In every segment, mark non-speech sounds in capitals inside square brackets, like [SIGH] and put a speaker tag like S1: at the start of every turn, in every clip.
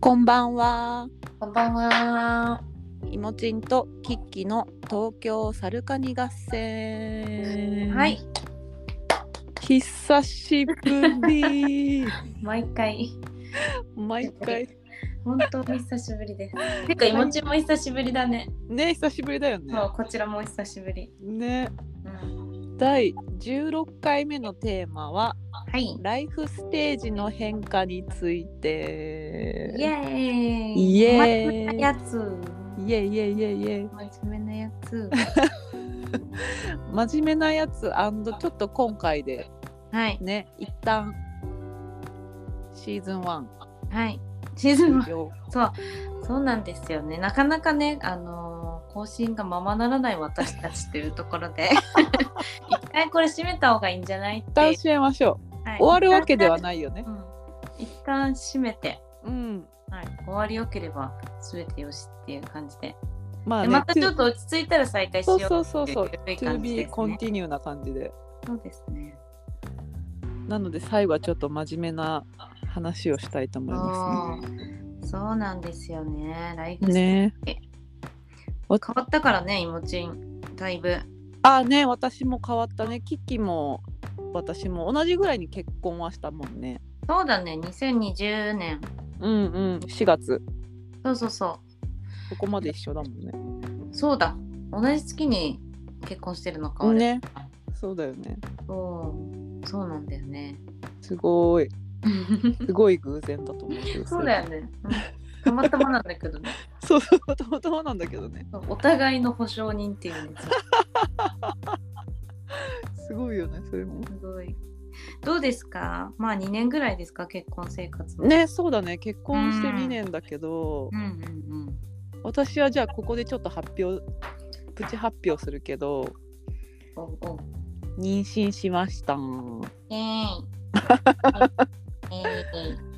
S1: こんばんは。
S2: こんばんは。
S1: いもちんとキッキの東京サルカニ合戦。
S2: はい。、
S1: 久しぶ
S2: [LAUGHS]
S1: り。
S2: 毎回
S1: 毎回。
S2: 本当に久しぶりです。 [LAUGHS] てか、いもちも久しぶりだね。
S1: ね、久しぶりだよね
S2: そ。う、こちらも久しぶり。
S1: ね。
S2: うん、
S1: 第16回目のテーマは
S2: はい。
S1: ライフステージの変化につい
S2: イエ
S1: て。
S2: ーイ。
S1: イエーイ
S2: 真面目なやつ。
S1: イエイイエイイエイイエイ
S2: 真面目なやつ。
S1: 真面目なやつちょっと今回で
S2: はい。
S1: ね一旦シーズン1
S2: はい。シーズンは。
S1: 了
S2: そう。そうなんですよね。なかなかね、あのー更新がままならない私たちというところ [LAUGHS] で一回これ閉めた方がいいんじゃないっ
S1: 一
S2: てい
S1: 旦
S2: う、
S1: 閉めましょう、
S2: はい
S1: 終わるわけではないよね
S2: うん、一旦閉めて、
S1: うん
S2: はい、終わりよければ全てよしっていう感じで,、
S1: まあ
S2: で
S1: ね
S2: またちょっと落ち着いたら再開しよ
S1: そううそうそうそう
S2: っていう感
S1: To
S2: じ
S1: be
S2: ですね
S1: continue な感じで
S2: そうですね
S1: なので最後はちょっと真面目な話をしたいと思いま
S2: そうそうなんですよねライ
S1: す
S2: フスタイル
S1: ねね
S2: 変わったからねいもちんだいぶ
S1: ああね私も変わったねキキも私も同じぐらいに結婚はしたもんね
S2: そうだね2020年
S1: うんうん4月
S2: そうそうそ
S1: ここまで一緒だもんね
S2: うそうだ同じ月に結婚してるのか、
S1: ねそうだよね
S2: あれそうそうなんだよね
S1: すご
S2: [LAUGHS]
S1: いすごい偶然だと思うけど
S2: そうだよね、うんたまたまなんだけどね [LAUGHS]
S1: そうそうたまたまなんだけどね
S2: お互いの保証人っていうんですよ
S1: すごいよねそれも
S2: すごい。どうですかまあ2年ぐらいですか結婚生活の。
S1: ねそうだね結婚して
S2: うん
S1: 2年だけど、
S2: うんうん
S1: 私はじゃあここでちょっと発表プチ発表するけど
S2: うん。おお。
S1: 妊娠しました
S2: え
S1: [LAUGHS]
S2: ええ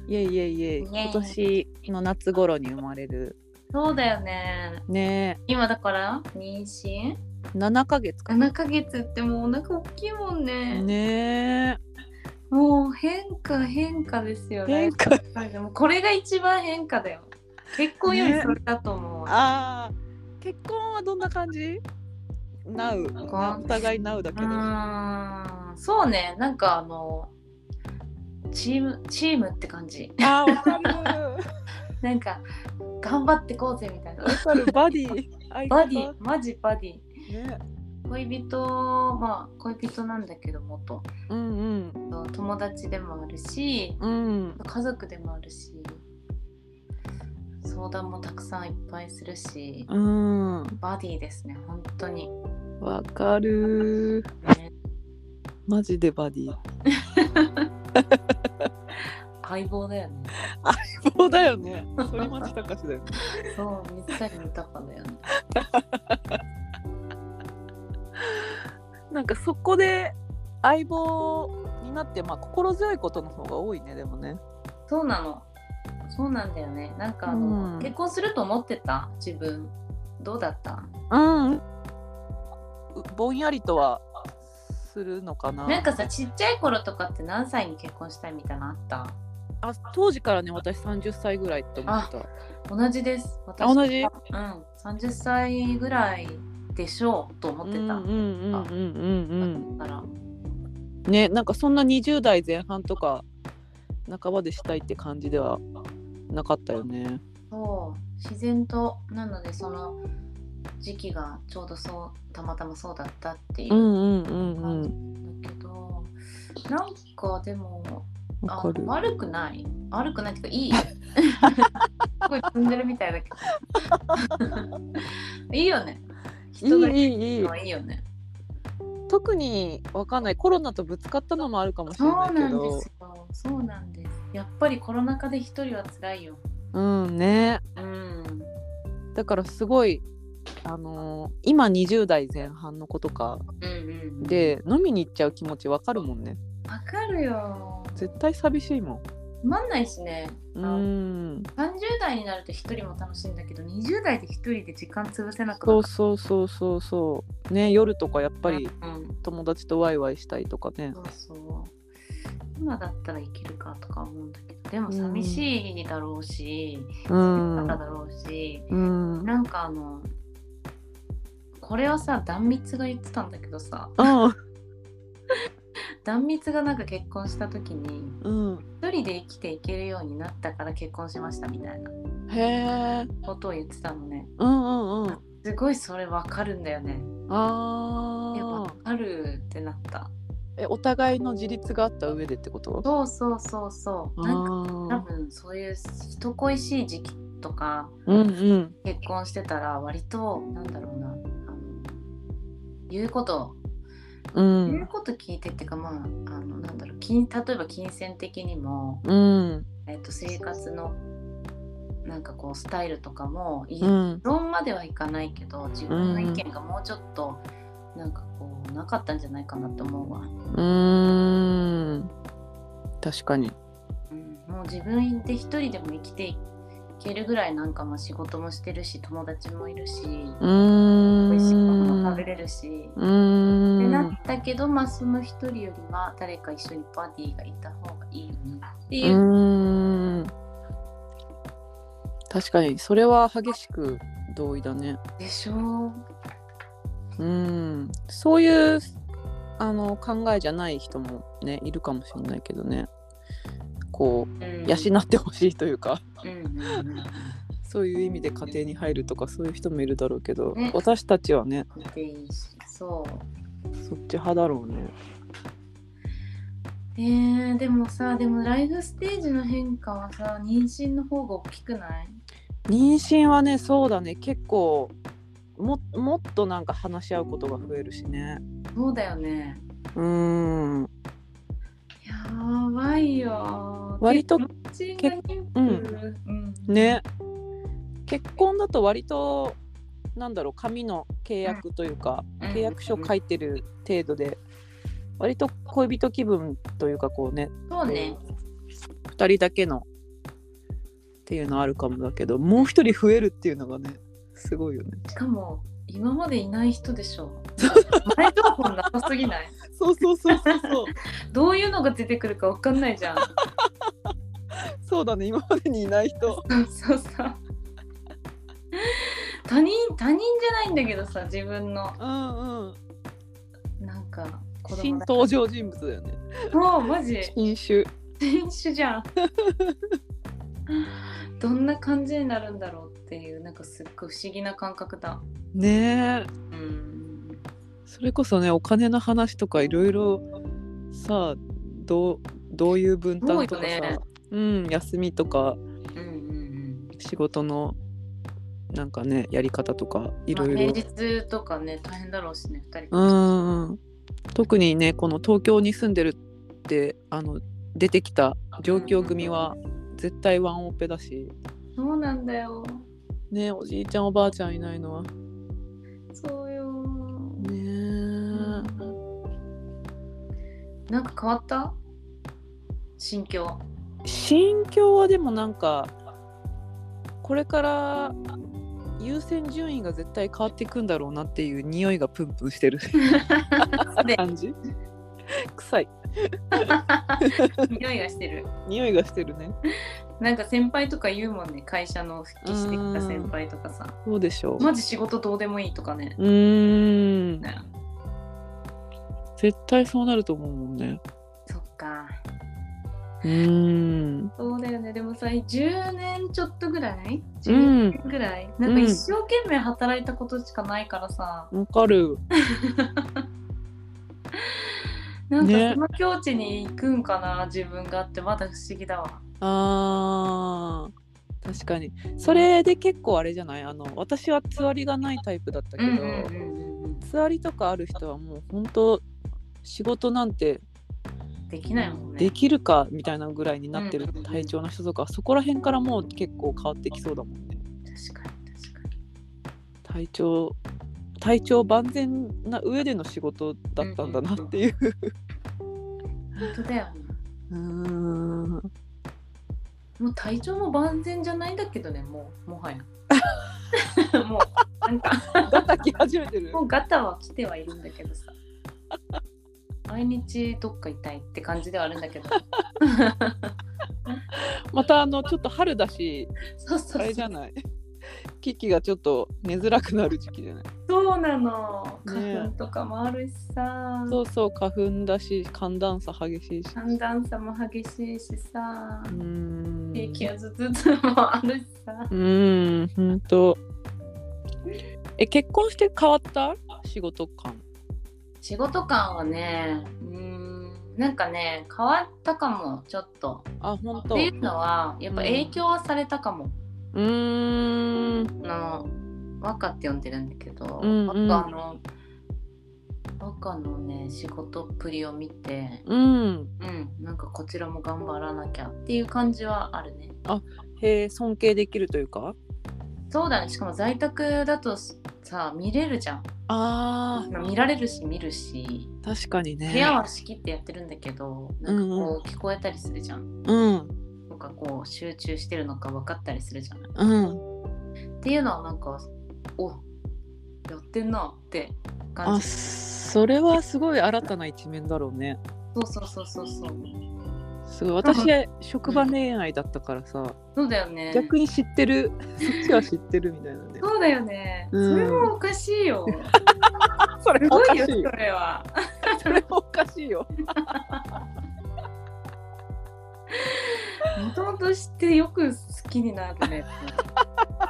S2: ー
S1: いえいえいえ
S2: イエーイ
S1: 今年の夏頃に生まれる
S2: そうだよね。
S1: ね
S2: 今だから妊娠
S1: 7ヶ月かな
S2: ?7 ヶ月ってもうお腹大きいもんね。
S1: ね
S2: もう変化変化ですよね
S1: 変。化
S2: でもこれが一番変化だよ。結婚よりそれだと思う。
S1: あー結婚はどんな感じ ?NOW
S2: 婚
S1: お互い NOW だけど
S2: うーん。そうね。なんかあの、チーム、チームって感じ。
S1: あーわかる
S2: なんか頑張ってこうぜみたいな
S1: わかるバディ相方
S2: バディマジバディ
S1: ね
S2: 恋人まあ恋人なんだけど元
S1: うんうん
S2: 友達でもあるし
S1: うん、
S2: 家族でもあるし相談もたくさんいっぱいするし
S1: うん、
S2: バディですね本当に、
S1: わかる
S2: ね、
S1: マジでバディ
S2: 相棒だよね
S1: そうだよね反町隆史だよね
S2: そう水谷豊だよね
S1: なんかそこで相棒になってまあ心強いことの方が多いねでもね
S2: そうなのそうなんだよねなんかあの、
S1: うん
S2: 結婚すると思ってた自分どうだった
S1: うんうぼんやりとはするのかな
S2: なんかさちっちゃい頃とかって何歳に結婚したいみたいなのあった
S1: あ当時からね私30歳ぐらいって思った
S2: 同じです
S1: あ同じ
S2: うん30歳ぐらいでしょうと思ってた、
S1: うんうんうんうんうん
S2: だから
S1: うんねなんかそんな20代前半とか半ばでしたいって感じではなかったよね
S2: そう自然となのでその時期がちょうどそうたまたまそうだったっていうう
S1: うん
S2: ん
S1: うんう
S2: 感じ
S1: ん
S2: だけど、なんかでも
S1: わ
S2: あ
S1: かる
S2: 悪くない悪くないっていうかいい
S1: [LAUGHS]
S2: すごい積んでるみたいだけどいいよね
S1: い
S2: 人がい
S1: いいいい
S2: い
S1: い
S2: のはいいよね
S1: 特にわかんないコロナとぶつかったのもあるかもし
S2: そ
S1: れ
S2: う
S1: ない
S2: な
S1: け
S2: んで
S1: ど
S2: すよ。そうなんです。やっぱりコロナ禍で一人は辛いよ。
S1: うんね
S2: うん。
S1: だからすごいあのー今20代前半の子とか
S2: うんうん。
S1: で飲みに行っちゃう気持ちわかるもんね
S2: わかるよ。つ
S1: 絶対寂しいも
S2: まんないしね。
S1: んうん
S2: 30代になると一人も楽しいんだけど、20代で一人で時間潰せなくな
S1: そ
S2: る
S1: う。そうそうそうそうね夜とかやっぱり
S2: うん。
S1: 友達とワイワイしたりとかね
S2: そうそう。今だったらいけるかとか思うんだけど。でも寂しいだろうし、
S1: う
S2: だ
S1: ん
S2: からだろうし、
S1: うんうん
S2: なんかあのこれはさ壇蜜が言ってたんだけどさ壇蜜がなんか結婚した時に
S1: うん
S2: 一人で生きていけるようになったから結婚しましたみたいな
S1: へえ
S2: ことを言ってたのね
S1: うんうんうん
S2: すごいそれわかるんだよね
S1: あ
S2: えわ
S1: ー
S2: かるってなった
S1: えお互いの自立があった上でってこと
S2: そうそうそうそうなんか多
S1: あー
S2: 分そういう人恋しい時期とか
S1: うんうん
S2: 結婚してたら割となんだろうなあの言うこと
S1: う
S2: 言うんこと聞いてっていうかまああのなんだろう金例えば金銭的にも、
S1: うん
S2: えっと生活のなんかこうスタイルとかもい
S1: うん
S2: 論、まではいかないけど自分の意見がもうちょっとなんかこうなかったんじゃないかなと思うわ、
S1: うーん確かに
S2: うん、もう自分で一人でも生きていけるぐらいなんかまあ仕事もしてるし友達もいるし
S1: うーん
S2: 美味しいものも食べれるし、
S1: う
S2: っ
S1: ー
S2: て
S1: ん
S2: なったけど、まあその一人よりは誰か一緒にパーティーがいた方がいいなっていうう、
S1: ーん確かにそれは激しく同意だね
S2: でしょう
S1: うんそういうあの考えじゃない人もねいるかもしれないけどねこう
S2: うん
S1: 養ってほしいというか、
S2: うんうん
S1: そういう意味で家庭に入るとかそういう人もいるだろうけど、
S2: ね
S1: 私たちはね
S2: うん、でいいしそう
S1: そっち派だろうね
S2: えー、でもさでもライフステージの変化はさ妊娠の方が大きくない
S1: 妊娠はねそうだね結構ももっとなんか話し合うことが増えるしね
S2: そうだよね
S1: うん
S2: やばいよ
S1: 割と
S2: 妊娠が妊婦うん
S1: ね結婚だと割となんだろう紙の契約というか、
S2: うん
S1: 契約書書いてる程度で割と恋人気分というかこうね
S2: そうね
S1: 2人だけのっていうのあるかもだけどもう1人増えるっていうのがねすごいよね
S2: しかも今までいない人
S1: [LAUGHS]
S2: でしょ前情報なさすぎない
S1: そうそうそうそうそう
S2: どういうのが出てくるかわかんないじゃん
S1: そうだね今までにいない人
S2: そうそう他人他人じゃないんだけどさ自分の
S1: うんうん
S2: なんか
S1: 新
S2: だ
S1: 登場人物だよね
S2: そうマジ
S1: 新種
S2: 新種じゃん [LAUGHS] どんな感じになるんだろうっていうなんかすっごい不思議な感覚だ
S1: ねえ
S2: うん
S1: それこそねお金の話とかいろいろさどうどういう分担とかさ、
S2: 多いよね
S1: うん、休みとか
S2: うんうんうん
S1: 仕事のなんかねやり方とかい
S2: ま
S1: ろ
S2: あ、
S1: い
S2: 平
S1: ろ
S2: 日とかね大変だろうしね2人
S1: う
S2: とも
S1: んうん特にねこの東京に住んでるってあの出てきた上京組は絶対ワンオペだし
S2: そうなんだよ
S1: ねおじいちゃんおばあちゃんいないのはね
S2: そうよ、
S1: え
S2: なんか変わった心境
S1: 心境はでもなんかこれから優先順位が絶対変わっていくんだろうなっていう匂いがプンプンして [LAUGHS] る
S2: で
S1: 感じ臭い
S2: 匂いがしてる
S1: 匂いがしてるね
S2: なんか先輩とか言うもんね会社の復帰してきた先輩とかさ
S1: そうでしょ
S2: マジ仕事どうでもいいとかね
S1: ううーん
S2: ね
S1: 絶対そうなると思うもんね
S2: そっか
S1: うーん
S2: そうだよねでもさ10年ちょっとぐらい
S1: う
S2: ?10
S1: ん
S2: 年ぐらい、なんか一生懸命働いたことしかないからさ
S1: わかる
S2: なんか
S1: ね
S2: その境地に行くんかな自分がってまだ不思議だわ
S1: あー確かにそれで結構あれじゃないあの私はつわりがないタイプだったけど、
S2: うんうん
S1: つわりとかある人はもう本当仕事なんて
S2: できないもんね
S1: できるかみたいなぐらいになってる
S2: うん
S1: 体調の人とかそこら辺からもう結構変わってきそうだもんね
S2: 確かに確かに
S1: 体調体調万全な上での仕事だったんだなっていう
S2: 本当だよね
S1: うーん [LAUGHS]
S2: もう体調も万全じゃないんだけどねもうもは
S1: [LAUGHS]
S2: やもうなんか
S1: 叩き始めてる
S2: もうガタは来てはいるんだけどさ毎日どっか痛いって感じではあるんだけど
S1: またあのちょっと春だし
S2: そうそ
S1: あ
S2: うそ
S1: れ
S2: う
S1: じゃないキキがちょっと寝づらくなる時期じゃない
S2: そうなの
S1: ねえ
S2: 花粉とかもあるしさ、
S1: そうそう花粉だし寒暖差激しいし
S2: 寒暖差も激しいしさ
S1: うーん
S2: 定期ずつつもあるしさ
S1: うーんほんとえ結婚して変わった仕事感
S2: 仕事感はねうーんなんかね変わったかもちょっと
S1: あ本
S2: っ
S1: 当う
S2: ていうのはやっぱ影響はされたかも、
S1: ーん
S2: あの和歌って呼んでるんだけど、
S1: うんうん
S2: 和歌の和歌のね仕事っぷりを見て
S1: うん
S2: うんなんかこちらも頑張らなきゃっていう感じはあるね
S1: へえ尊敬できるというか
S2: そうだねしかも在宅だとさ見れるじゃん
S1: あ
S2: まあ見られるし見るし
S1: ー確かにね
S2: 部屋は仕切ってやってるんだけどなんかこう聞こえたりするじゃん、
S1: うん
S2: なんかこう集中してるのか分かったりするじゃんっ
S1: うん
S2: ていうのはなんかおやってんなって感
S1: あ
S2: じ
S1: それはすごい新たな一面だろうね
S2: そうそうそうそうそう
S1: すごい私職場恋愛だったからさ、
S2: そうだよね。
S1: 逆に知って
S2: [LAUGHS]
S1: るそっちは知ってるみたいなね
S2: そうだよね。
S1: うん
S2: それもおかしいよ。
S1: それ
S2: す
S1: [LAUGHS] もお
S2: ご
S1: か
S2: い
S1: し
S2: よ、そ
S1: いよ
S2: れは。
S1: それもおかしいよ
S2: もともと知ってよく好きにな
S1: [LAUGHS]
S2: るね。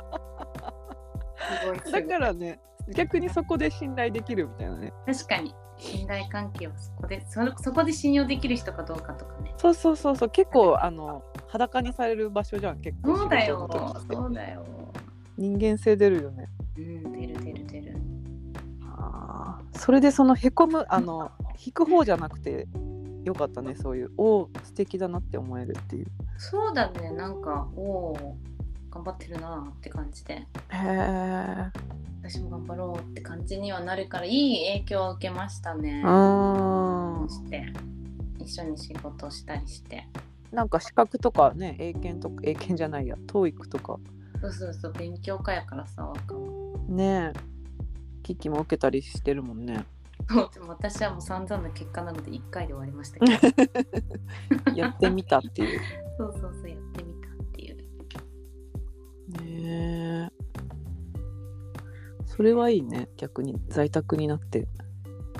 S2: すごいすご
S1: だ
S2: い
S1: からね逆にそこで信頼できるみたいなね
S2: 確かに信頼関係はそこでそそこで信用できる人かどうかとかね。
S1: そうそうそうそう結構あの裸にされる場所じゃん結構
S2: そうだよ
S1: 仕事の時って
S2: そうだよ。
S1: 人間性出るよね
S2: うん出る出る出る。
S1: あーそれでそのへこむあの引く方じゃなくてよかったねそういうおお素敵だなって思えるっていう
S2: そうだねなんかおお頑張ってるなって感じで
S1: へえ
S2: 私も頑張ろうって感じにはなるからいい影響を受けましたね。
S1: うん
S2: して一緒に仕事したりして
S1: なんか資格とかね英検とか英検じゃないや TOEIC とか
S2: そうそうそう勉強会やからさ若者
S1: ねえ機器も受けたりしてるもんね
S2: そうでも [LAUGHS] 私はもう散々な結果なので1回で終わりましたけど
S1: やってみたっていう
S2: そうそうそうやってみたっていう
S1: ねえそれはいいね逆に在宅になって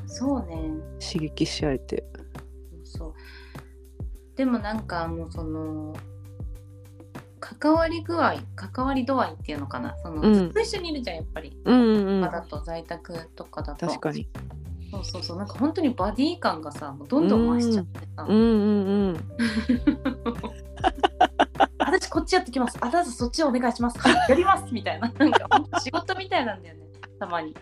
S2: そうね
S1: 刺激し合えて
S2: そうそうでもなんかもうその関わり具合関わり度合いっていうのかなその、
S1: うん
S2: ずっと一緒にいるじゃんやっぱり、
S1: うん
S2: まだと在宅とかだと
S1: 確かに
S2: そうそうそうなんか本当にバディ感がさもうどんどん増しちゃってさ、
S1: うんうんうん
S2: 私こっちやってきます。あたそっちお願いします。はいやりますみたいな。なんかほんと仕事みたいなんだよね。たまに。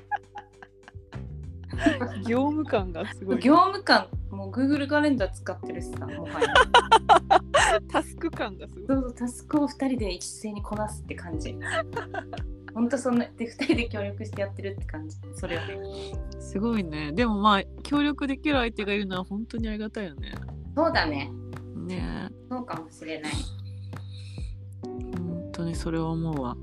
S1: 業務感がすごい
S2: 業務感、もう Google カレンダー使ってるしさ、もはや。
S1: タスク感がすごい
S2: どうぞタスクを2人で一斉にこなすって感じ。ほんとそんな、で2人で協力してやってるって感じ。それをね。
S1: すごいねでもまあ協力できる相手がいるのは本当にありがたいよね
S2: そうだね。
S1: ねえ
S2: そうかもしれない。
S1: 本当にそれは思うわ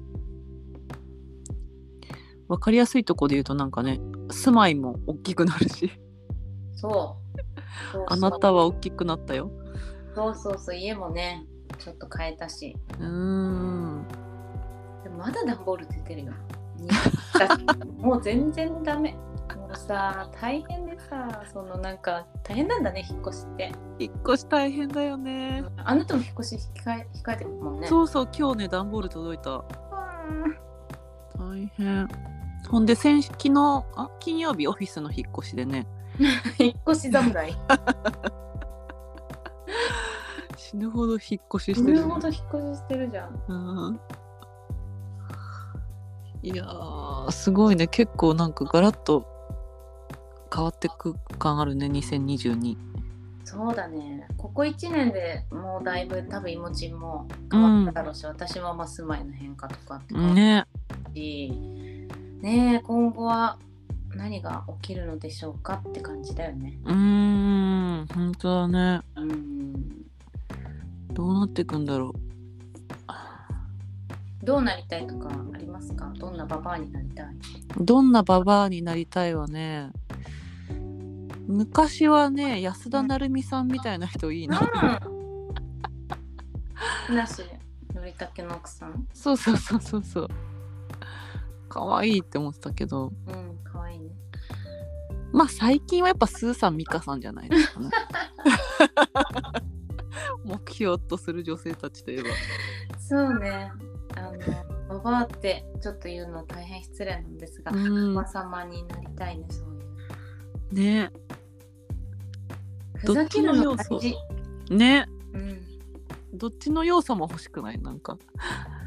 S1: わかりやすいとこで言うとなんかね住まいも大きくなるし
S2: そう。そうそう
S1: あなたは大きくなったよ
S2: そうそうそう、家もね、ちょっと変えたし。
S1: うーん
S2: でもまだ段ボール出て
S1: [LAUGHS]
S2: るよ。にもう全然ダメ。もうさ、大変でさ、そのなんか大変なんだね、引っ越しって。
S1: 引っ越し大変だよね
S2: あなたも引っ越し控え控えてるもんね。
S1: そうそう今日ね段ボール届いた
S2: うん
S1: 大変ほんで先昨日あ金曜日オフィスの引っ越しでね
S2: [LAUGHS] 引っ越し侍。
S1: 死ぬほど引っ越し
S2: 死
S1: して
S2: ぬ
S1: る、
S2: ほど引っ越ししてるじゃん。
S1: うんいやーすごいね結構なんかガラッと変わってく感あるね2022
S2: そうだね。ここ1年でもうだいぶ多分イモチンも変わっただろうし、私はまあ住まいの変化とかって感じ
S1: ね
S2: し、ねえ今後は何が起きるのでしょうかって感じだよね。
S1: うーん本当だね
S2: うん
S1: どうなってくんだろ
S2: どうなりたいとかありますかどんなババアになりたいう
S1: どんなババアになりたいわね昔はね安田成美さんみたいな人いいな
S2: うなしのりたけの奥さん
S1: そうそうそうそうそう可愛いって思ってたけど
S2: うんかわいいね
S1: まあ最近はやっぱスーさんミカさんじゃないですか
S2: [LAUGHS]
S1: ね目標とする女性たちといえば
S2: そうねあのババアってちょっと言うのは大変失礼なんですが、
S1: うん
S2: マサ様になりたいねそういう
S1: ね
S2: ふざけるの大事
S1: ね
S2: うん
S1: どっちの要素も欲しくないなんか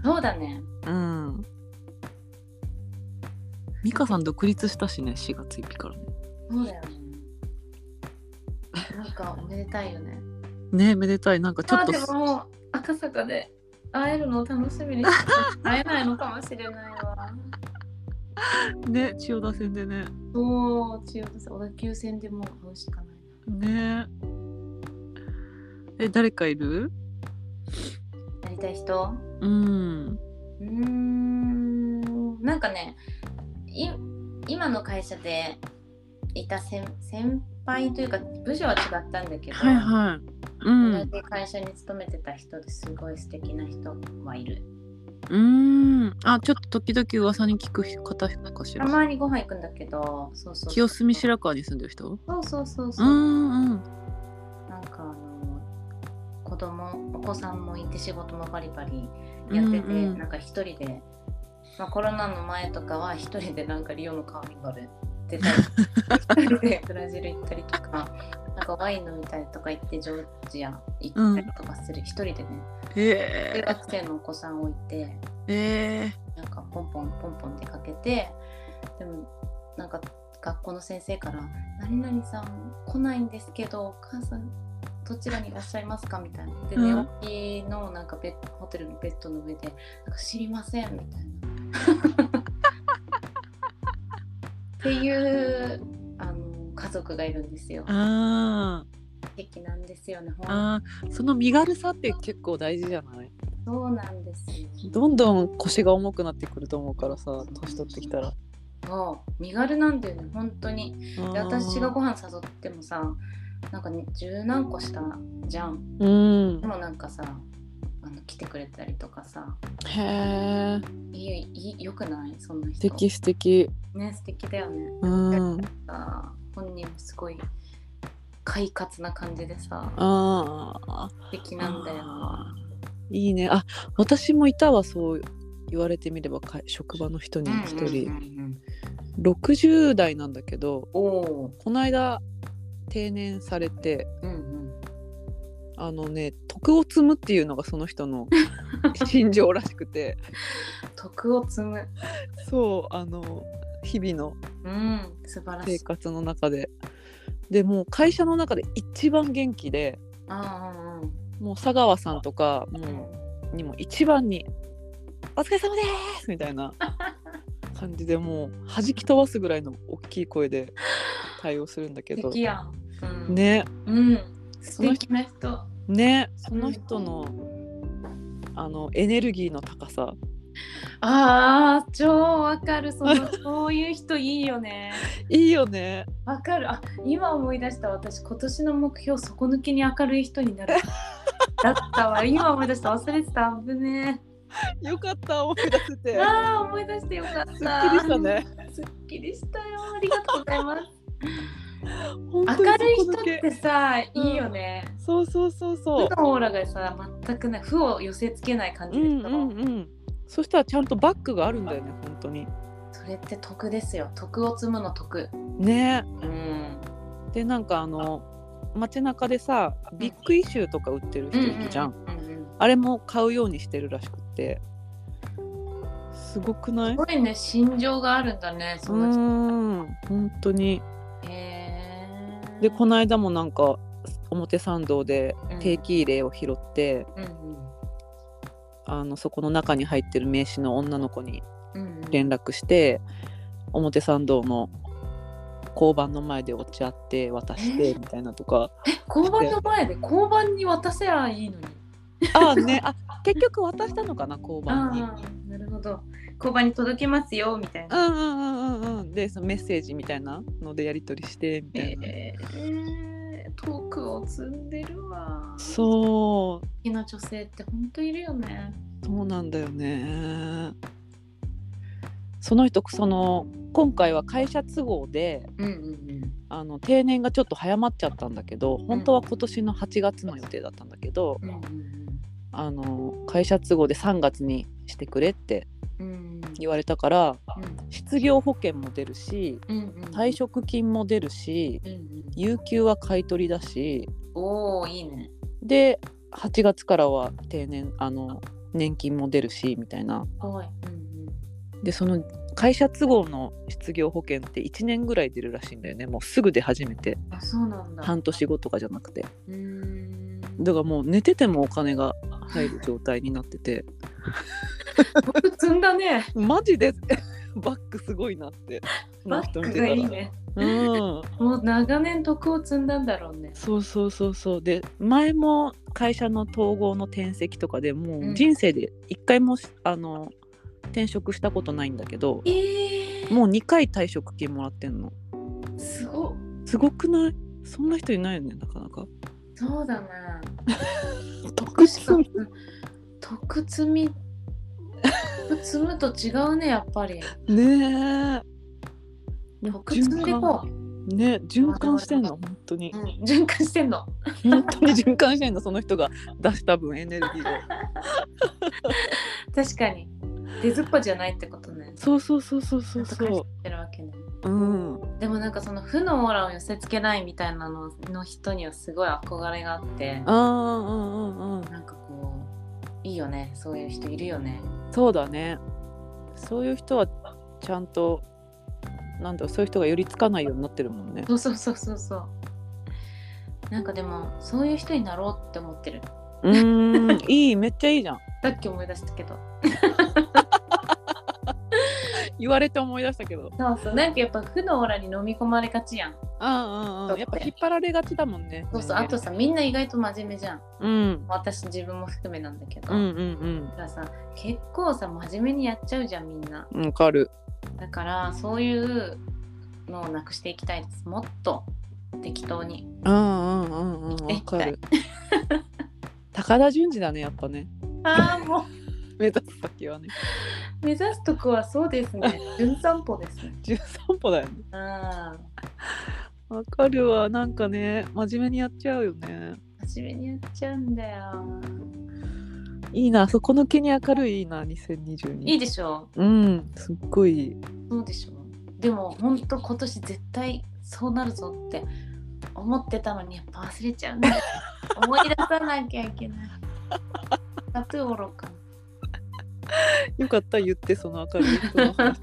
S2: そうだね
S1: うんミカさん独立したしね4月1日からね
S2: そうだよねなんかおめでたいよね
S1: ねめでたいなんかちょ
S2: ま
S1: っ
S2: あ
S1: と
S2: でももう赤坂で会えるのを楽しみにしてて会えないのかもしれないわ
S1: ね千代田線でね
S2: そう千代田さん小田急線でもう会うしかない
S1: ねえ誰かいる
S2: ななりたい人
S1: うん
S2: うーんなんかねい今の会社でいた先先輩というか部署は違ったんだけど、
S1: はいはいうん
S2: 同じ会社に勤めてた人ですごい素敵な人はいる
S1: うんあちょっと時々噂に聞く方かしたら
S2: まにご飯行くんだけどそうそう
S1: 清澄白河に住んでる人
S2: そうそうそうそうう、
S1: んうん
S2: なんかあの子供お子さんもいて仕事もバリバリやってて、
S1: うんうん
S2: なんか一人で、まあ、コロナの前とかは一人でなんかリオのカーニバル出たり [LAUGHS] 一人でブラジル行ったりとかなんかワイン飲みたりとか行ってジョージア行ったりとかする、一人でね中
S1: へ
S2: 学生のお子さんを置いて
S1: ええ
S2: なんかポンポンポンポン出かけてでもなんか学校の先生から「何々さん来ないんですけどお母さんどちらにいらっしゃいますか?」みたいなで
S1: う
S2: 寝
S1: ん
S2: 起きのなんかベッホテルのベッドの上で「なんか知りません」みたいな。っていうあの家族がいるんですよ。
S1: あー
S2: 素敵なんですよね。ほん
S1: あーその身軽さって結構大事じゃない
S2: そうなんですよ。
S1: どんどん腰が重くなってくると思うからさ年取ってきたら
S2: もう身軽なんだよね本当に。で私がご飯誘ってもさなんかね十何個したじゃん
S1: うん
S2: でもなんかさあの来てくれたりとかさ
S1: へえ
S2: いいいいよくないそんな人
S1: 素敵素敵
S2: ね素敵だよね
S1: うん
S2: さ本人もすごい快活な感じでさ
S1: ああ
S2: 素敵なんだよ
S1: いいねあ私もいたわそう言われてみればか職場の人に
S2: うん
S1: 一人、
S2: うんうんうん
S1: 60代なんだけど
S2: おお
S1: この間定年されて
S2: ーうんうん
S1: あのね徳を積むっていうのがその人
S2: [LAUGHS]
S1: の心情らしくて
S2: 徳を積む
S1: そうあの日々の
S2: うん素晴らし
S1: 生
S2: い
S1: 活の中ででもう会社の中で一番元気で
S2: ああうんうん
S1: もう佐川さんとか
S2: う
S1: も
S2: ん
S1: うにも一番に「お疲れ様です!」みたいな感じでもう弾き飛ばすぐらいの大きい声で対応するんだけ
S2: 素
S1: ど
S2: 敵やん、うん、
S1: ね
S2: うん素敵な人
S1: ねその人のあのエネルギーの高さ
S2: ああ超わかるそのそういう人いいよね
S1: いいよね
S2: わかるあ今思い出した私今年の目標底抜けに明るい人になるだったわ今思い出した忘れてた危ね
S1: よかった思い出せ
S2: え
S1: て
S2: ああ思い出してよかったすっ
S1: すっきりしたね
S2: すっきりしたよありがとうございます
S1: 本当に
S2: 明るい
S1: そ
S2: 人
S1: こだけ
S2: ってさい
S1: うん
S2: いよね、
S1: そうそうそうそう
S2: 負のオーラがさ全くない負を寄せつけない感
S1: う
S2: じでし
S1: ん
S2: ょ、
S1: うんうんそしたらちゃんとバッグがあるんだよね本当に
S2: それって徳ですよ徳を積むの徳
S1: ね
S2: うん
S1: でなんかあの街中でさビッグイシューとか売ってる人いるじゃん、
S2: うんうんうん
S1: あれも買うようにしてるらしくってすごくない
S2: すごいね心情があるんだね
S1: う
S2: その人
S1: ん本当に
S2: へー
S1: でこの間もなんか表参道で
S2: うん
S1: 定期入れを拾って、
S2: うん
S1: あのそこの中に入ってる名刺の女の子に
S2: うんうん
S1: 連絡して表参道の交番の前でお茶って渡してみたいなとか
S2: え交番の前で交番に渡せばいいのに
S1: ああねあ結局渡したのかな交番に。
S2: あーなるほど交番に届きますよみたい
S1: うん
S2: な
S1: うんうんうんうんでそのメッセージみたいなのでやり取りしてみたいな、
S2: えー、徳を積んでるわ。う。
S1: そ
S2: 好きな女性って本当いるよね。
S1: うそうなんだよねその人その今回は会社都合で
S2: うんうん
S1: あの定年がちょっと早まっちゃったんだけど本当は今年の8月の予定だったんだけど、
S2: うん。うんうん
S1: あの会社都合で3月にしてくれって
S2: うん。うん
S1: 言われたから失業保険も出るし
S2: うんうん。
S1: 退。職金も出るし
S2: うんうん。
S1: 有給は買い取りだし
S2: おおいいね。
S1: で8月からは定年あの年金も出るしみたいな
S2: かわいい。うん
S1: でその会社都合の失業保険って1年ぐらい出るらしいんだよねもうすぐ出始めて
S2: うん。あそうなんだ。
S1: 半年後とかじゃなくて
S2: うーん。
S1: だからもう寝ててもお金が入る状態になってて
S2: 僕 [LAUGHS] 積んだね。
S1: マジで [LAUGHS] バックすごいなってその
S2: バッ
S1: 人
S2: グ
S1: 見てた
S2: が
S1: ら
S2: いいね。
S1: うん
S2: もう長年徳を積んだんだろうね。
S1: そうそうそうそうで前も会社の統合の転籍とかでも
S2: う
S1: うん人生で一回もしあの転職したことないんだけど
S2: ええ
S1: もう2回退職金もらってんの
S2: すごっ
S1: すごくないそんな人いないよねなかなか
S2: そうだな。
S1: 特殊
S2: 徳積み。徳積むと違うね、やっぱり。
S1: ねえ
S2: 徳積んでこう。
S1: ね循環してんの本当に
S2: うん、循環してんの。
S1: 本当に循環してんのその人が出した分エネルギーを
S2: 確かに。出ずっぱじゃないってことね。
S1: そうそうそうそうそう
S2: とか
S1: そ
S2: してるわけね。
S1: ううん
S2: でもなんかその負のオーラを寄せつけないみたいなのの人にはすごい憧れがあって
S1: あ。あうんうんうん
S2: なんかこう。いいよね。そういう人いるよね。
S1: そうだねそういう人はちゃんとなんだろうそういう人が寄りつかないようになってるもん
S2: [LAUGHS]
S1: ね
S2: そうそうそうそうそう。なんかでもそういう人になろうって思ってる。
S1: うーんいいめっちゃいいじゃん
S2: さっき思い出したけど。
S1: 言われて思い出したけど
S2: そうそう。なんかやっぱ負のオーラに飲み込まれがちや
S1: う
S2: ん。
S1: んうんうんやっぱ引っ張られがちだもんね
S2: そうそう。あとさ、みんな意外と真面目じゃん。
S1: うん
S2: 私自分も含めなんだけど。
S1: うんうん
S2: だからさ結構さ真面目にやっちゃうじゃんみんな
S1: うんわかる
S2: だからそういうのをなくしていきたいですもっと適当に
S1: うんうんうんうんわかる [LAUGHS] 高田純次だねやっぱね
S2: ああも
S1: 目指す先はね
S2: う目指すとこはそうですね [LAUGHS] 純散歩ですね
S1: 13歩だよね
S2: ああ
S1: わかるわなんかね真面目にやっちゃうよね
S2: 真面目にやっちゃうんだよ
S1: いいなそこの気に明るいいいな2022
S2: いいでしょ
S1: うん、すっごいいい。
S2: そうでしょでもほんと今年絶対そうなるぞって思ってたのにやっぱ忘れちゃうんだ
S1: [LAUGHS]
S2: よ思い出さなきゃいけないタトゥーおろか
S1: よかった、言って、その明るい人の
S2: [LAUGHS]
S1: 話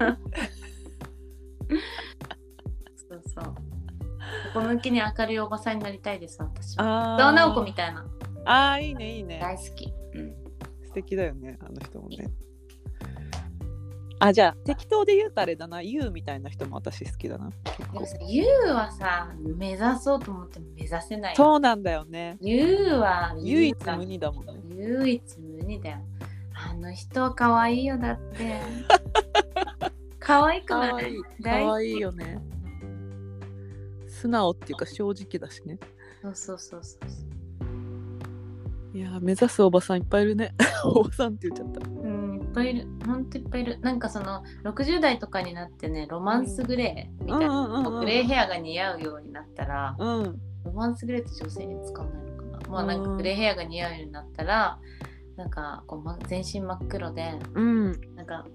S2: そうそう。この気に明るいおばさんになりたいです、私は。
S1: あ
S2: ドアナオコみたいな。
S1: あー、いいね、いいね。
S2: 大好き。うん。
S1: 素敵だよね、あの人もね。あ、じゃあ、適当で言うとあれだな、ゆうみたいな人も私好きだな。結
S2: で
S1: 構
S2: もさ、ユウはさ、目指そうと思っても目指せない。
S1: そうなんだよね。
S2: ユウは
S1: 唯一無二だもんね。
S2: 唯一無二だよ。あの人は可愛いよ、だ
S1: [LAUGHS]
S2: って。可愛く
S1: か
S2: な
S1: わ
S2: い
S1: いい。
S2: 大
S1: か
S2: 好
S1: わいいよね。素直っていうか、正直だしね。
S2: そうそうそうそうそ
S1: いやー、目指すおばさんいっぱいいるね。 [LAUGHS] おばさんって言っちゃった。
S2: う。うん、いっぱいいる。ほんといっぱいいる。なんかその、60代とかになってね、ロマンスグレーみたいな。
S1: うんうんうんうん
S2: グレーヘアが似合うようになったら、
S1: うん。
S2: ロマンスグレーって女性に使わないのかなまあ
S1: うん
S2: なんかグレーヘアが似合うようになったらなんかこう、ま、全身真っ黒で
S1: うん。
S2: なんか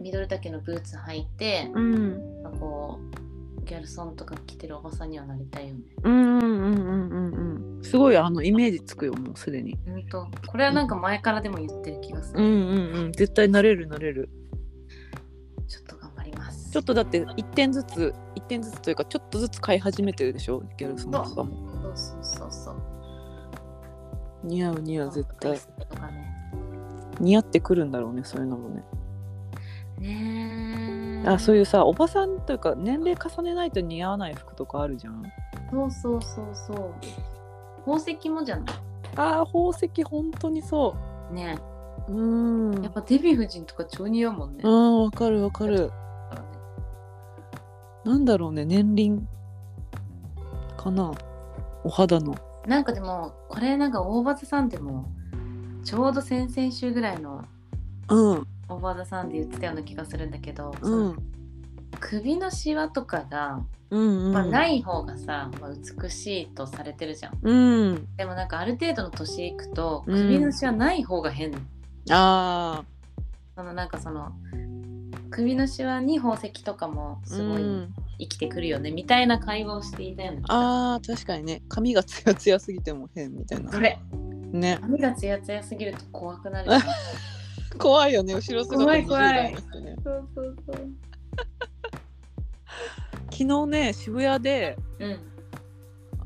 S2: ミドル丈のブーツ履いて、
S1: うん。
S2: なんかこうギャルソンとか着てるおばさんにはなりたいよね。
S1: うんうんうんうんうんうん。すごい、あの、イメージつくよ、もうすでに。
S2: ほんとこれはなんか前からでも言ってる気がす
S1: う
S2: る。
S1: んうんうん絶対なれるなれる
S2: ちょっと頑張ります。
S1: ちょっとだって1点ずつ1点ずつというかちょっとずつ買い始めてるでしょギャルソンとかも
S2: そうそうそうそう。
S1: 似合う似合う絶対
S2: とかね。
S1: 似合ってくるんだろうねそういうのもね
S2: ねえ。
S1: あそう
S2: いう。
S1: いうさおばさんというか年齢重ねないと似合わない服とかあるじゃん
S2: そうそうそうそう。宝石もじゃな
S1: あー宝石本当にそ
S2: いね
S1: ううーん
S2: やっぱデヴィ夫人とか超似合うもんね。
S1: うんわかるわかる
S2: だからね
S1: なんだろうね年輪かなお肌の
S2: なんかでもこれなんか大場さんでもちょうど先々週ぐらいの
S1: うん
S2: 大場さんで言ってたような気がするんだけど、
S1: う
S2: そ
S1: ん
S2: の首のシワとかが、
S1: うんうん
S2: まあ、ない方がさ、まあ、美しいとされてるじゃん
S1: うん
S2: でもなんかある程度の年いくと
S1: うん
S2: 首のシワない方が変、
S1: あ
S2: そのなんかその首のシワに宝石とかも
S1: ー
S2: すご
S1: う
S2: い
S1: ん
S2: 生きてくるよね、みたいな会話をしていたような気が
S1: あー確かにね髪がツヤツヤすぎても変みたいな
S2: それ
S1: ね
S2: 髪がツヤツヤすぎると怖くなる
S1: [LAUGHS] 怖いよね後ろ姿
S2: 怖い怖い
S1: 20代の人ね
S2: そうそうそう
S1: 昨日ね渋谷で
S2: うん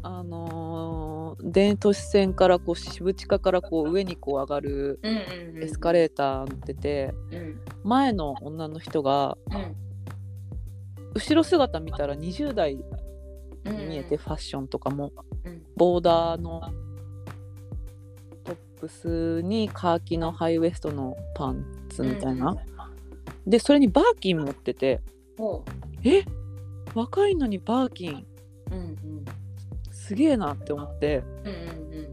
S1: あのー電都市線からこう渋地下からこう上にこう上がる
S2: うんうんうん
S1: エスカレーター乗ってて、
S2: うん
S1: 前の女の人が
S2: うん
S1: 後ろ姿見たら20代に
S2: うんうん
S1: 見えてファッションとかも、
S2: うん
S1: ボーダーのトップスにカーキのハイウエストのパンツみたいな、
S2: うん
S1: でそれにバーキン持ってて
S2: ほ
S1: え若いのにバーキン
S2: ううんうん
S1: すげえなって思って
S2: うんうんうん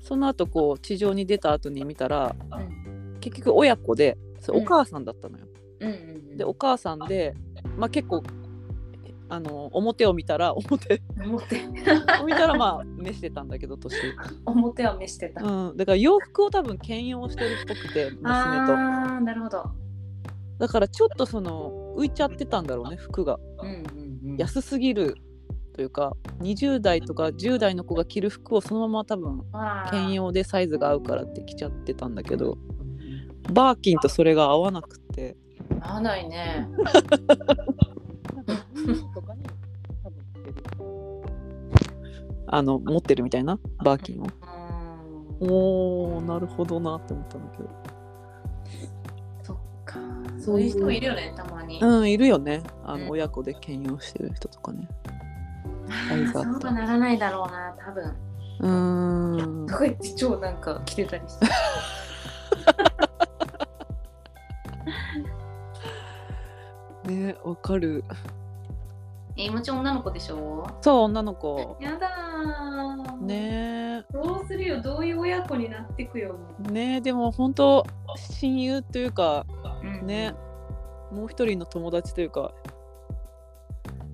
S1: その後こう地上に出た後に見たら
S2: うん
S1: 結局親子でそれ
S2: うん
S1: お母さんだったのよ。
S2: うんうん
S1: でお母さんで、まあ、結構あの表を見たら表
S2: 表
S1: を見たら
S2: [LAUGHS]
S1: まあ召してたんだけど年、
S2: 表は見してた、
S1: うん、だから洋服を多分兼用してるっぽくて娘と
S2: ああなるほど
S1: だからちょっとその浮いちゃってたんだろうね服が
S2: うんうんうん
S1: 安すぎるというか20代とか10代の子が着る服をそのまま多分
S2: わー
S1: 兼用でサイズが合うからって着ちゃってたんだけど
S2: うん
S1: バーキンとそれが合わなくて
S2: 合わないね
S1: [LAUGHS] あの持ってるみたいなバーキンを。
S2: うー
S1: [LAUGHS] お
S2: ん
S1: ーなるほどなって思ったんだけど。
S2: そっか
S1: そ
S2: そうう
S1: い
S2: いうう人もいるよねたまに、
S1: うんいるよねあ
S2: う
S1: の
S2: ん
S1: 親子で兼用してる人とかね。
S2: あーそうはならないだろうな多分
S1: うーん
S2: とか言って超なんか着てたりして
S1: ねわかる。
S2: えもちろん女の子でしょ
S1: そう女の子。
S2: やだー
S1: ね
S2: どうするよどういう親子になってくよ、
S1: えねえでも本当親友というか
S2: うん
S1: ねもう一人の友達というか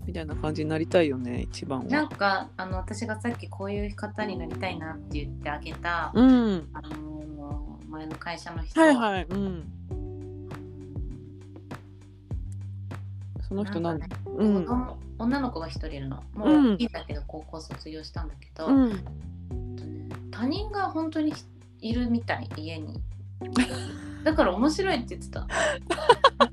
S1: みたいな感じになりたいよね一番
S2: な
S1: は
S2: ん。かあの私がさっきこういう方になりたいなって言ってあげた、
S1: うん
S2: あのー前の会社の人
S1: はいはいうん。その人なん
S2: かね
S1: うん
S2: 子供女の子が一人いるのも
S1: うん
S2: ういいんだけど高校卒業したんだけど、
S1: うん。
S2: えっとね他人が本当にいるみたい家にだから面白いって言ってた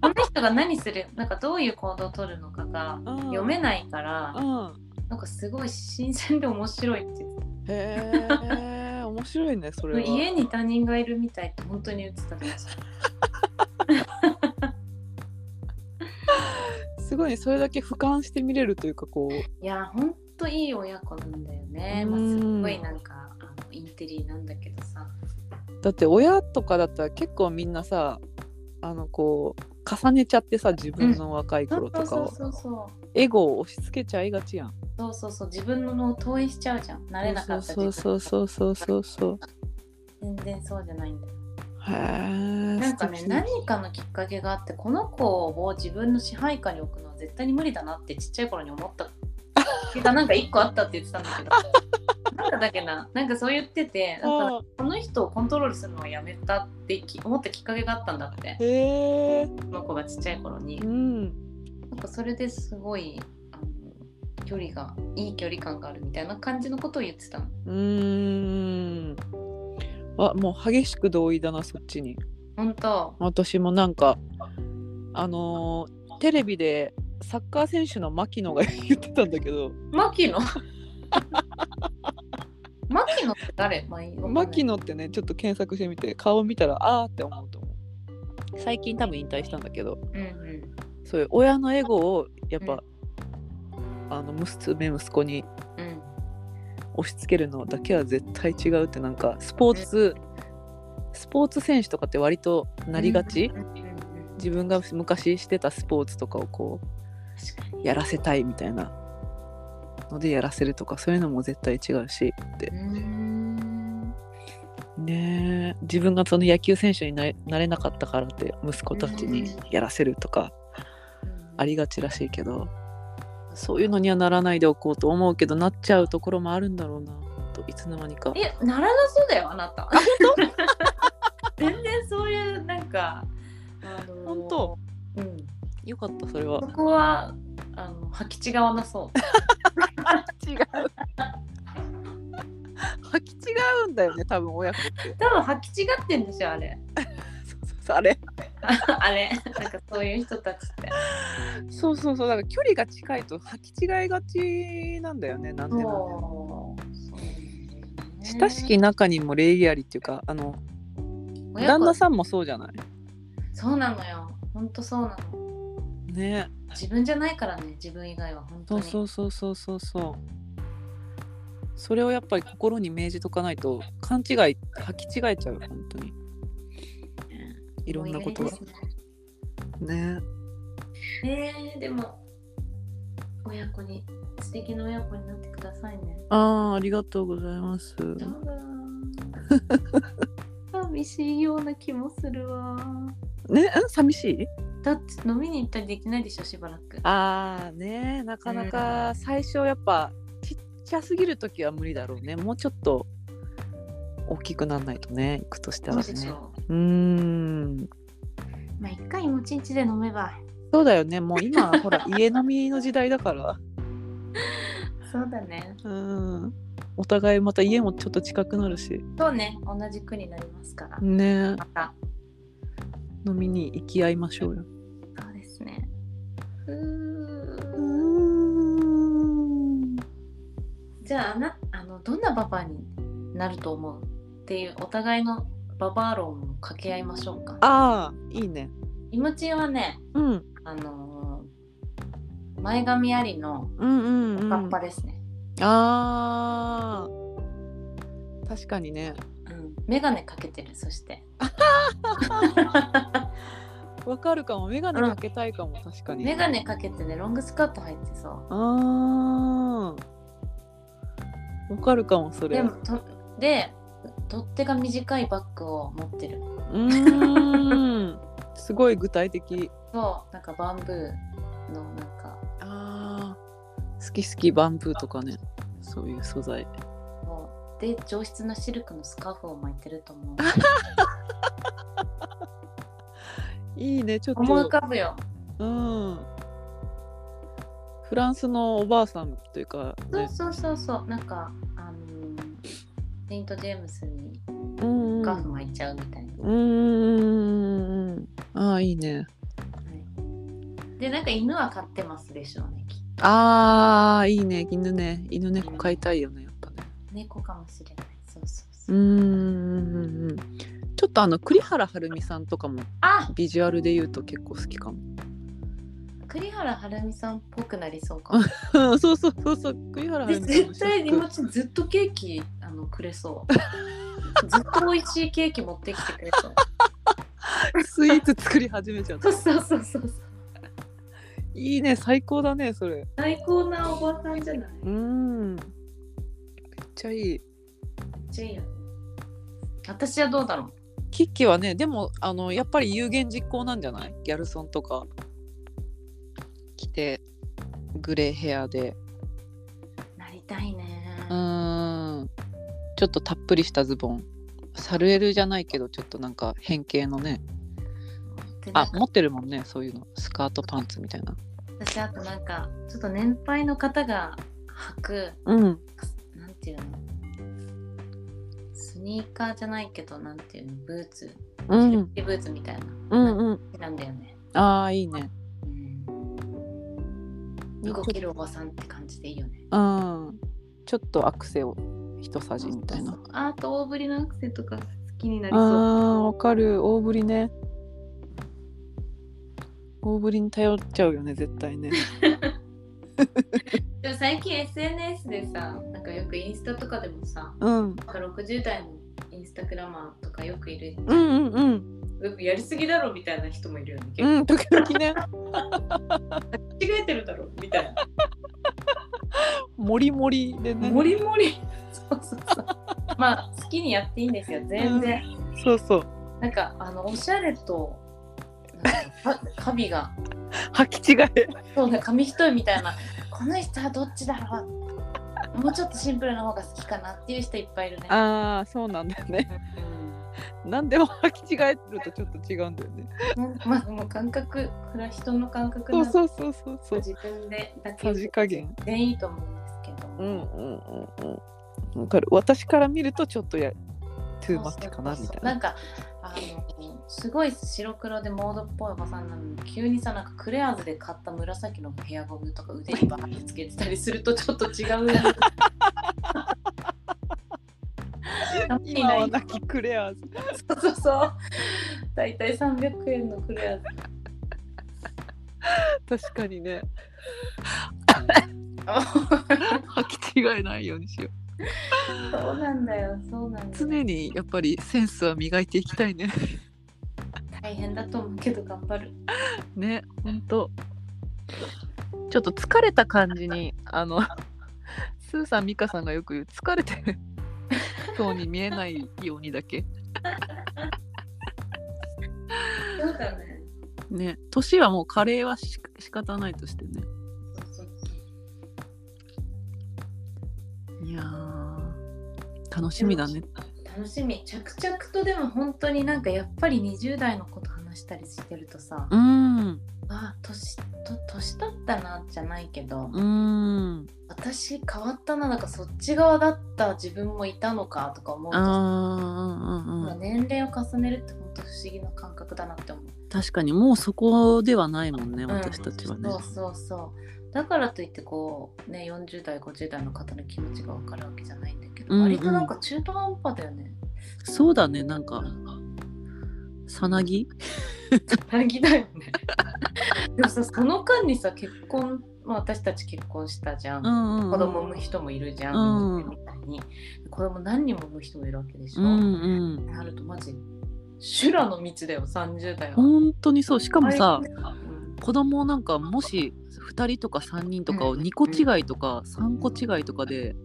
S2: この人が何するなんかどういう行動をとるのかが
S1: うん
S2: 読めないから
S1: うん。
S2: なんかすごい新鮮で面白いって言ってた
S1: へえ、面白いね、それは。
S2: 家に他人がいるみたいって本当に言ってたでし
S1: すごいね、それだけ俯瞰して見れるというか、こう。
S2: いや本当いい親子なんだよね、まあ、
S1: うん
S2: すっごいなんかあのインテリなんだけどさ
S1: だって親とかだったら、結構みんなさ。あの、こう。重ねちゃってさ、自分の若い頃
S2: そ
S1: と
S2: う
S1: か
S2: そう
S1: を。
S2: そうそう
S1: エゴを押し付けちゃいがちやん。
S2: そうそうそう自分ののを投影しちゃうじゃん慣れなかった
S1: そうそうそうそうそうそう。
S2: 全然そうじゃないんだよ
S1: へえ。
S2: なんかね
S1: 素敵
S2: 何かのきっかけがあってこの子を自分の支配下に置くのは絶対に無理だなってちっちゃい頃に思った
S1: [LAUGHS]
S2: てかなんか一個あったって言ってたんだけどなんかだっけななんかそう言っててなんか
S1: あ
S2: この人をコントロールするのはやめたってき思ったきっかけがあったんだって
S1: ーへえ。
S2: この子がちっちゃい頃に
S1: うん。
S2: なんかそれですごいあの距離がいい距離感があるみたいな感じのことを言ってたの
S1: うーん。あ、もう激しく同意だな、そっちに。
S2: 本当
S1: 私もなんかあのーテレビでサッカー選手の牧野が言ってたんだけど
S2: 牧野牧野って誰、まあいいわかんない
S1: 牧野ってねちょっと検索してみて顔見たらあーって思うと思う最近多分引退したんだけど
S2: うんうん
S1: そういう親のエゴをやっぱ、あの娘息子に
S2: うん
S1: 押し付けるのだけは絶対違うってなんかスポーツスポーツ選手とかって割となりがち、
S2: うんうんうんうん
S1: 自分が昔してたスポーツとかをこう
S2: 確かに
S1: やらせたいみたいなのでやらせるとかそういうのも絶対違うしって
S2: うーん
S1: ねえ自分がその野球選手になれなれなかったからって息子たちにやらせるとかありがちらしいけどそういうのにはならないでおこうと思うけどなっちゃうところもあるんだろうなといつの間にか。
S2: えならなそうだよあなた [LAUGHS] 全然そういうなんかあの
S1: 本当
S2: うん
S1: よかったそれは
S2: そこはあの履き違わなそう
S1: [LAUGHS] 違う履き違うんだよね多分親子って
S2: 多分履き違ってんでしょあれ [LAUGHS]
S1: そうそう [LAUGHS] そうあれ
S2: あれなんかそういう人たちって
S1: そうそうそうだから距離が近いと履き違いがちなんだよねなんでなんで親しき
S2: な
S1: 中にも礼儀ありっていうかあの旦那さんもそうじゃない
S2: そうなのよほんとそうなの
S1: ね
S2: 自分じゃないからね自分以外は本当
S1: そう
S2: に
S1: そうそうそうそうそうそれをやっぱり心に銘じとかないと勘違い履き違えちゃう本当にいろんなことが
S2: 思いやりです
S1: ね
S2: ねえー、でも親子に素敵な親子になってくださいね
S1: ああありがとうございます
S2: どうだ寂しいような気もするわ
S1: ねん寂しい
S2: だって飲みに行ったりできないでしょしばらく
S1: ああねなかなか最初やっぱちっちゃすぎる時は無理だろうねもうちょっと大きくならないとね行くとした
S2: そう
S1: ら
S2: でし
S1: ね
S2: ょ
S1: うーん
S2: まあ一回もちんちで飲めば
S1: そうだよねもう今ほら家飲みの時代だから
S2: そうだね
S1: うんお互いまた家もちょっと近くなるし
S2: そうね同じ区になりますから
S1: ね
S2: また
S1: 飲みに行き合いましょうよ
S2: そうですねう
S1: うー
S2: ーん
S1: ん
S2: じゃああなあのどんなババアになると思うっていうお互いのババア論を掛け合いましょうか
S1: ああいいね
S2: イムチンはね
S1: うん
S2: あのー前髪ありの
S1: うんうんう
S2: お
S1: ん
S2: かっぱですね、
S1: あー確かにね
S2: うん、眼鏡かけてるそして
S1: わかるかも眼鏡かけたいかも、確かに
S2: 眼鏡かけてねロングスカート入ってそう
S1: あーわかるかもそれ
S2: でもとで取っ手が短いバッグを持ってる
S1: うーんすごい具体的
S2: そうなんかバンブーのなんか
S1: あー好き好きバンブーとかねそういう素材
S2: こうで上質なシルクのスカーフを巻いてると思う
S1: いいねちょっ
S2: 思い浮
S1: と
S2: かぶよ
S1: うんフランスのおばあさんというか、
S2: そう
S1: ね、
S2: そうそうそうなんかあのーセイント・ジェームスに
S1: うんう
S2: ス
S1: ん
S2: カーフ巻いちゃうみたいな、
S1: うんうんうんああいいね
S2: でなんか犬は飼ってますでしょうねきっと
S1: ああいいね犬ね犬猫飼いたいよねやっぱね
S2: 猫かもしれないそうそうそうう、
S1: ーんちょっとあの栗原はるみさんとかも
S2: あ
S1: ビジュアルで言うと結構好き [LAUGHS] かも。
S2: 栗原はるみさんっぽくなりそうかも。
S1: そうそうそうそう栗原は
S2: で
S1: るみさんも
S2: 絶対
S1: 私服
S2: 今ずっとケーキあのくれ
S1: [LAUGHS]
S2: そう。ずっと美味しいケーキ持ってきてくれそう。
S1: スイーツ作り始めちゃった。
S2: そうそうそうそう。
S1: いいね最高だねそれ。
S2: 最高なおばさんじゃない。
S1: うーんめっちゃいい。
S2: めっちゃいいよね。私はどうだろう。
S1: キッキはねでもあのやっぱり有言実行なんじゃないギャルソンとか着てグレーヘアで
S2: なりたいね。
S1: うーんちょっとたっぷりしたズボンサルエルじゃないけどちょっとなんか変形のね
S2: でな
S1: あ
S2: んか
S1: 持ってるもんねそういうのスカートパンツみたいな
S2: 私あとなんかちょっと年配の方が履く
S1: うん
S2: なんていうのスニーカーじゃないけどなんていうのブーツ、
S1: う
S2: セ
S1: ん
S2: ルフブーツみたいな。
S1: うんうん
S2: なんだよね。
S1: ああいいね
S2: うん動けるおばさんって感じでいいよね。
S1: うんちょっとアクセを一さじみたいな
S2: あと大ぶりのアクセとか好きになり
S1: あ
S2: そう。
S1: ーわかる大ぶりね大ぶりに頼っちゃうよね絶対ね
S2: でも最近 SNS でさ、なんかよくインスタとかでもさ、
S1: [LAUGHS] うん
S2: なんか60代のインスタグラマーとかよくいる。
S1: うんうんうん
S2: よくやりすぎだろみたいな人もいるよね。結構
S1: うん時々ね
S2: 間違えてるだろみたいな。
S1: もりもりでね
S2: もりもりそうそうそうまあ好きにやっていいんですよ全然、
S1: そうそう
S2: なんかあのおしゃれとなんかかカビが
S1: 履き違え
S2: そうね紙一重みたいなこの人はどっちだろうもうちょっとシンプルな方が好きかなっていう人いっぱいいるね
S1: ああそうなんだよね何でも履き違えるとちょっと違うんだよね
S2: うんまあもう感覚これは人の感覚
S1: そう
S2: な
S1: ん
S2: で
S1: そうそうそうそう
S2: 自分でだけ
S1: さじ加減
S2: 全員いいと思うんですけど、
S1: うんうんうんうんわかる私から見るとちょっとやトゥーマッチかな
S2: そう
S1: み
S2: そう
S1: たい
S2: な
S1: なん
S2: かあのすごい白黒でモードっぽいおばさんなのに急にさなんかクレアーズで買った紫のヘアゴムとか腕にバーってつけてたりするとちょっと違うなダメに
S1: 今
S2: な
S1: は
S2: り
S1: なきクレアーズ
S2: そうそうそう大体300円のクレアーズ
S1: 確かにね
S2: あ
S1: [LAUGHS] 履き違えないようにしよう
S2: そうなんだよそうなんだよ
S1: 常にやっぱりセンスは磨いていきたい [LAUGHS] ね
S2: 大変だと思うけど頑張る
S1: ねほんとちょっと疲れた感じにあのスーさん美香さんがよく言う疲れてそうに見えないようにだけ
S2: そうだね
S1: ね年はもう加齢はし仕方ないとしてね
S2: そうそう
S1: いやー楽しみだね
S2: 楽しみ着々とでも本当になんかやっぱり20代のこと話したりしてるとさ、
S1: うん
S2: あ年と年取ったなじゃないけど、
S1: うん
S2: 私変わったななんかそっち側だった自分もいたのかとか思うとさ
S1: あーうんうんうん
S2: 年齢を重ねるって本当不思議な感覚だなって思う、
S1: 確かにもうそこではないもんね
S2: うん
S1: 私たちはね
S2: そうそうそうだからといってこうね40代50代の方の気持ちが分かるわけじゃないんだけど、
S1: うんうん
S2: 割となんか中途半端だよね
S1: そうだねなんかさなぎ
S2: 大義だよ
S1: [LAUGHS]
S2: ねでもさその間にさ結婚、まあ、私たち結婚したじゃん、
S1: 子
S2: 子供産む人もいるじゃん、
S1: うん
S2: みたいに子供何人も産む人もいるわけでしょ、
S1: うんうん
S2: なるとマジ修羅の道だよ30代は。
S1: 本当にそうしかもさ
S2: うん
S1: 子供なんかもし2人とか3人とかを
S2: うん
S1: 2個違いとか3個違いとかで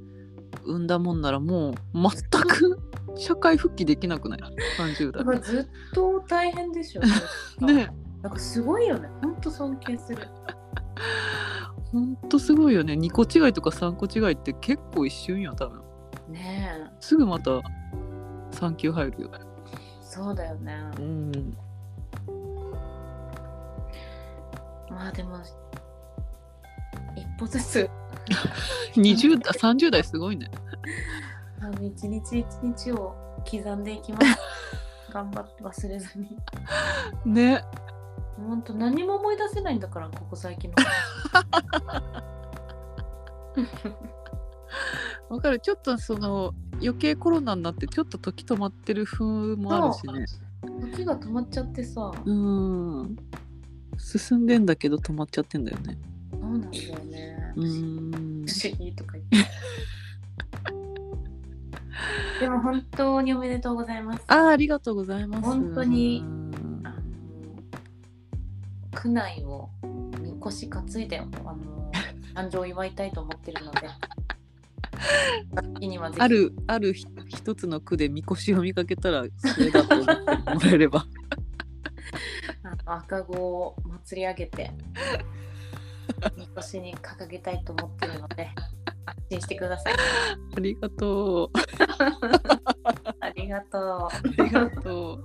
S1: 産んだもんならもう全く社会復帰できなくない30
S2: だ
S1: 代
S2: からずっと大変でしょ。
S1: ね
S2: なんかすごいよね。ほんと尊敬する。
S1: ほんとすごいよね2個違いとか3個違いって結構一瞬よ多分
S2: ね
S1: すぐまた産休入るよね
S2: え、そうだよね。
S1: うん
S2: まあでも、一歩ずつ、
S1: 20代30代すごいね
S2: あの一日一日を刻んでいき
S1: [LAUGHS]
S2: ます。頑張って忘れずに。
S1: ね
S2: ほんと何も思い出せないんだから、ここ最近の。
S1: わかるちょっとその余計コロナになってちょっと時止まってる風もあるしね
S2: 時が止まっちゃってさ、
S1: うん進んでんだけど止まっちゃってんだよね
S2: そうなんだよね。
S1: うん
S2: 不思議とか言
S1: [LAUGHS]
S2: って。でも本当におめでとうございます。
S1: あーありがとうございます
S2: 本当に
S1: うん
S2: あの苦内をみこし担いであの誕生を祝いたいと思ってるので、時にはぜひ
S1: あるあるひ一つの区でみこしを見かけたらそれだと思ってもらえれ
S2: [LAUGHS]
S1: ば
S2: あの赤子を祭り上げて、みこしに掲げたいと思ってるので、安心してください。
S1: ありがとう
S2: ありがとう。
S1: ありがとう
S2: [LAUGHS]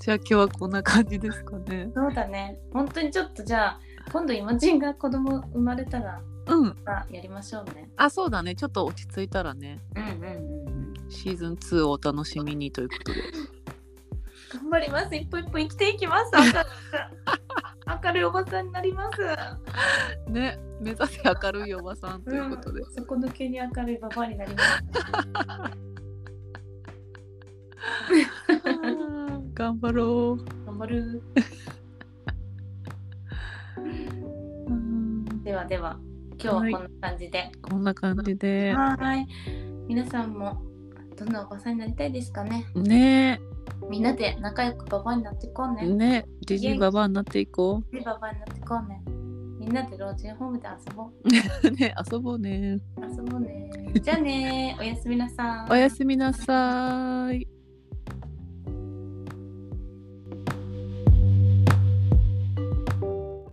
S1: じゃあ今日はこんな感じですかね
S2: そうだね。本当にちょっとじゃあ、今度イマジンが子供生まれたら、
S1: うん
S2: まあやりましょうね。
S1: あそうだねちょっと落ち着いたらね
S2: うんうんうんうん。
S1: シーズン2をお楽しみにということで
S2: 頑張ります。一歩一歩生きていきます。明るく明るいおばさんになります。 [LAUGHS]
S1: ね目指せ明るいおばさんということで、
S2: ん、底抜けに明るいババアになります。
S1: [LAUGHS] 頑張ろう
S2: 頑張る。
S1: うん
S2: ではでは、今日はこんな感じで。
S1: こんな感じで
S2: はーい。皆さんもどんなおばさんになりたいですかね。
S1: ね
S2: みんなで仲良くババアになっていこうね。
S1: ねじじいばばになっていこう
S2: いいババアになっていこうね。みんなで老人ホームで遊ぼう。
S1: [LAUGHS] ね遊ぼうね
S2: 遊ぼうね。じゃあね、おやすみなさい。
S1: おやすみなさーい